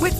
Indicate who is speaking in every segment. Speaker 1: With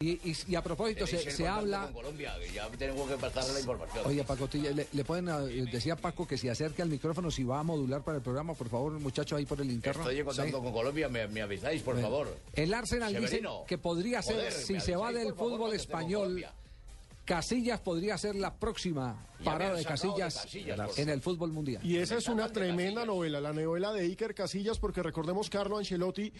Speaker 2: Y, y- y a propósito, se, se habla.
Speaker 3: Colombia, que ya tenemos que pasarle la información.
Speaker 2: Oye, Paco, te- le, le pueden eh, decir a Paco que se acerque al micrófono si va a modular para el programa, por favor, muchacho, ahí por el interno.
Speaker 3: Estoy en contacto
Speaker 2: Sí.
Speaker 3: con Colombia, me, me avisáis, por favor.
Speaker 2: El Arsenal
Speaker 3: Severino,
Speaker 2: dice que podría ser,
Speaker 3: joder,
Speaker 2: si
Speaker 3: me
Speaker 2: se va
Speaker 3: avisáis,
Speaker 2: del
Speaker 3: por favor,
Speaker 2: fútbol
Speaker 3: cuando estemos en
Speaker 2: español,
Speaker 3: Colombia.
Speaker 2: Casillas podría ser la próxima
Speaker 3: me
Speaker 2: parada
Speaker 3: han
Speaker 2: de
Speaker 3: sacado de
Speaker 2: Casillas,
Speaker 3: Casillas, por
Speaker 2: en
Speaker 3: favor.
Speaker 2: el fútbol mundial.
Speaker 4: Y esa es una tremenda novela, la novela de Iker Casillas, porque recordemos Carlo Ancelotti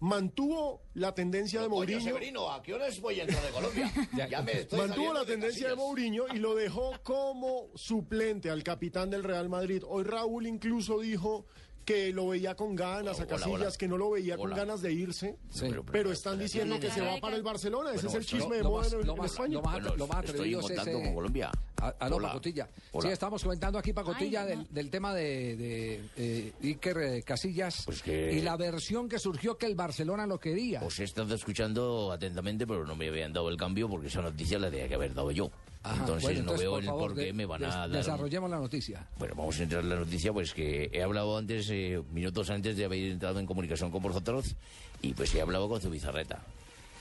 Speaker 4: mantuvo la tendencia de
Speaker 3: Oye,
Speaker 4: Mourinho,
Speaker 3: Severino, ¿a qué horas voy a entrar de Colombia? ya me estoy
Speaker 4: mantuvo
Speaker 3: saliendo
Speaker 4: la tendencia de
Speaker 3: Casillas.
Speaker 4: Mourinho y lo dejó como suplente al capitán del Real Madrid. Hoy Raúl incluso dijo que lo veía con ganas a
Speaker 3: Hola, hola.
Speaker 4: Casillas, que no lo veía con
Speaker 3: Hola.
Speaker 4: ganas de irse,
Speaker 2: Sí.
Speaker 4: pero, están diciendo que se va para el Barcelona. Ese es el chisme de
Speaker 2: lo
Speaker 4: moda
Speaker 2: más-
Speaker 4: en,
Speaker 2: lo
Speaker 4: en
Speaker 2: más-
Speaker 4: España.
Speaker 2: lo más-
Speaker 3: Bueno,
Speaker 2: Ah, lo más
Speaker 3: estoy
Speaker 2: atrevido
Speaker 3: en
Speaker 2: es
Speaker 3: contacto
Speaker 2: ese- Ah,
Speaker 3: con Colombia.
Speaker 2: A- Aló,
Speaker 3: Hola.
Speaker 2: Pacotilla. Sí,
Speaker 3: Hola.
Speaker 2: estamos comentando aquí, Pacotilla, del, del tema de, de, eh, Iker eh, Casillas
Speaker 3: Pues que- Pues
Speaker 2: y la versión que surgió que el Barcelona lo quería.
Speaker 3: Os he estado escuchando atentamente, pero no me habían dado el cambio porque esa noticia la tenía que haber dado yo.
Speaker 2: Ajá,
Speaker 3: entonces,
Speaker 2: bueno,
Speaker 3: no veo
Speaker 2: por
Speaker 3: el
Speaker 2: favor,
Speaker 3: por qué
Speaker 2: de-
Speaker 3: me van
Speaker 2: des-
Speaker 3: a dar.
Speaker 2: Desarrollemos la noticia.
Speaker 3: Bueno, vamos a entrar en la noticia, pues que he hablado antes, eh, minutos antes de haber entrado en comunicación con vosotros, y pues he hablado con Zubizarreta.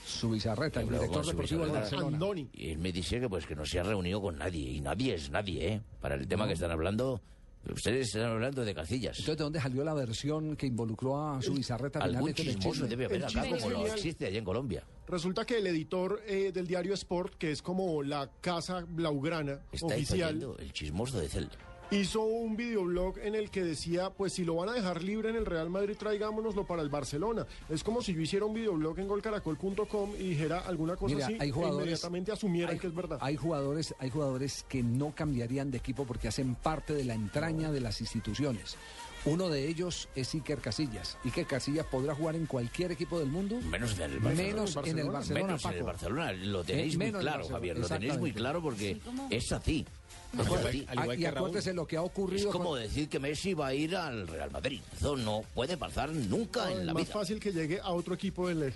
Speaker 2: Su bizarreta, el
Speaker 3: Hablaba
Speaker 2: director
Speaker 3: con
Speaker 2: deportivo del
Speaker 3: Zubizarreta.
Speaker 2: Barcelona.
Speaker 4: Andoni.
Speaker 3: Y él me dice que pues que no se ha reunido con nadie, y nadie es nadie, ¿eh? Para el tema que están hablando, ustedes están hablando de Casillas.
Speaker 2: Entonces, ¿de dónde salió la versión que involucró a su bizarreta
Speaker 3: Algún
Speaker 2: finalmente en el
Speaker 3: chismoso
Speaker 2: chisme?
Speaker 3: debe haber
Speaker 4: El
Speaker 3: acá,
Speaker 4: chisme
Speaker 3: como lo
Speaker 4: genial.
Speaker 3: existe allá en Colombia.
Speaker 4: Resulta que el editor eh, del diario Sport, que es como la casa blaugrana
Speaker 3: Está ahí
Speaker 4: oficial,
Speaker 3: fallando el chismoso de Cel.
Speaker 4: hizo un videoblog en el que decía, pues si lo van a dejar libre en el Real Madrid, traigámonoslo para el Barcelona. Es como si yo hiciera un videoblog en golcaracol.com y dijera alguna cosa
Speaker 2: Mira,
Speaker 4: así,
Speaker 2: hay
Speaker 4: e
Speaker 2: jugadores-
Speaker 4: inmediatamente asumieran que es verdad.
Speaker 2: Hay jugadores, hay jugadores que no cambiarían de equipo porque hacen parte de la entraña de las instituciones. Uno de ellos es Iker Casillas. Iker Casillas podrá jugar en cualquier equipo del mundo,
Speaker 3: Menos en el Barcelona.
Speaker 2: menos en el Barcelona,
Speaker 3: Menos en el
Speaker 2: Paco.
Speaker 3: Barcelona. Lo tenéis
Speaker 2: Eh,
Speaker 3: muy
Speaker 2: menos en
Speaker 3: claro,
Speaker 2: Barcelona,
Speaker 3: Javier. Lo tenéis muy
Speaker 2: exactamente.
Speaker 3: claro porque es así. Es así.
Speaker 2: Ah, y acuérdese lo que ha
Speaker 3: Es
Speaker 2: ocurrido
Speaker 3: como
Speaker 2: con-
Speaker 3: decir que Messi va a ir al Real Madrid. Eso no puede pasar nunca
Speaker 4: Es
Speaker 3: en la
Speaker 4: más
Speaker 3: vida.
Speaker 4: fácil que llegue a otro equipo del-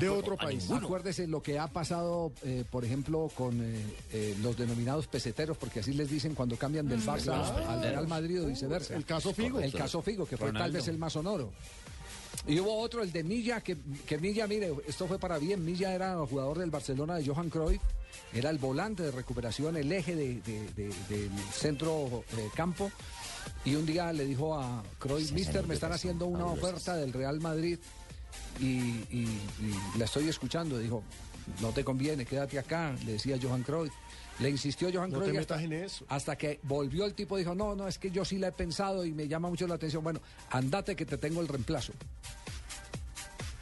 Speaker 4: de, otro
Speaker 3: a
Speaker 4: país.
Speaker 3: ninguno.
Speaker 2: Acuérdese lo que ha pasado, eh, por ejemplo, con eh, eh, los denominados peseteros, porque así les dicen cuando cambian del Barça al Real Madrid o viceversa.
Speaker 4: El caso Figo.
Speaker 2: El caso Figo, que fue tal vez el más sonoro. Y hubo otro, el de Milla, que, que Milla, mire, esto fue para bien. Milla era el jugador del Barcelona de Johan Cruyff, era el volante de recuperación, el eje de- de- de- del centro eh, campo. Y un día le dijo a Cruyff, Mister, me están haciendo una oferta del Real Madrid y, y- y la estoy escuchando. Dijo, no te conviene, quédate acá, le decía Johan Cruyff. Le insistió Johan
Speaker 4: No te
Speaker 2: Cruyff
Speaker 4: metas en eso.
Speaker 2: hasta que volvió el tipo y dijo, no, no, es que yo sí la he pensado y me llama mucho la atención. Bueno, andate que te tengo el reemplazo.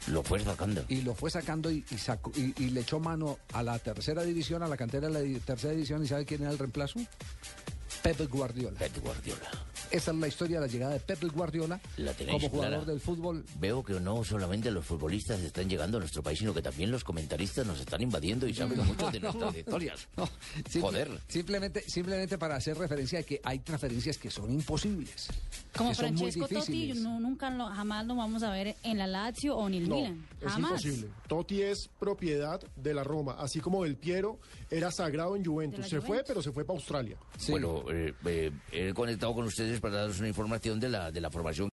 Speaker 3: Lo fue sacando.
Speaker 2: Y lo fue sacando y, y sacó- y- y le echó mano a la tercera división, a la cantera de la di- tercera división. ¿Y sabe quién era el reemplazo? Pep Guardiola.
Speaker 3: Pep Guardiola.
Speaker 2: Esa es la historia de la llegada de Pep Guardiola
Speaker 3: La tenéis
Speaker 2: como jugador
Speaker 3: clara.
Speaker 2: del fútbol.
Speaker 3: Veo que no solamente los futbolistas están llegando a nuestro país, sino que también los comentaristas nos están invadiendo y saben mucho de nuestras historias.
Speaker 2: No, simple-
Speaker 3: Joder.
Speaker 2: Simplemente, simplemente para hacer referencia a que hay transferencias que son imposibles.
Speaker 5: Como
Speaker 2: que son muy
Speaker 5: Francesco Totti,
Speaker 2: difíciles.
Speaker 5: no, nunca lo- jamás lo vamos a ver en la Lazio o en el
Speaker 4: No,
Speaker 5: Milan.
Speaker 4: es
Speaker 5: Jamás.
Speaker 4: imposible. Totti es propiedad de la Roma, así como Del Piero era sagrado en Juventus.
Speaker 5: la
Speaker 4: Se fue,
Speaker 5: Juventus.
Speaker 4: pero se fue para Australia.
Speaker 2: Sí.
Speaker 3: Bueno, eh, eh, he conectado con ustedes para daros una información de la, de la formación.